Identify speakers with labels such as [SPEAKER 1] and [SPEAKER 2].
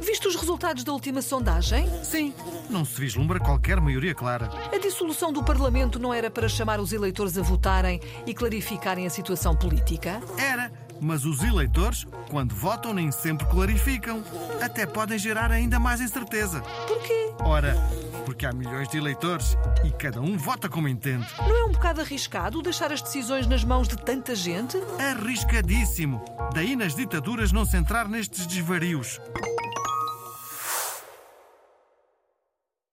[SPEAKER 1] viste os resultados da última sondagem?
[SPEAKER 2] Sim, não se vislumbra qualquer maioria clara.
[SPEAKER 1] A dissolução do Parlamento não era para chamar os eleitores a votarem e clarificarem a situação política?
[SPEAKER 2] Era, mas os eleitores, quando votam, nem sempre clarificam. Até podem gerar ainda mais incerteza.
[SPEAKER 1] Porquê?
[SPEAKER 2] Ora, porque há milhões de eleitores e cada um vota como entende.
[SPEAKER 1] Não é um bocado arriscado deixar as decisões nas mãos de tanta gente?
[SPEAKER 2] Arriscadíssimo. Daí nas ditaduras não se entrar nestes desvarios.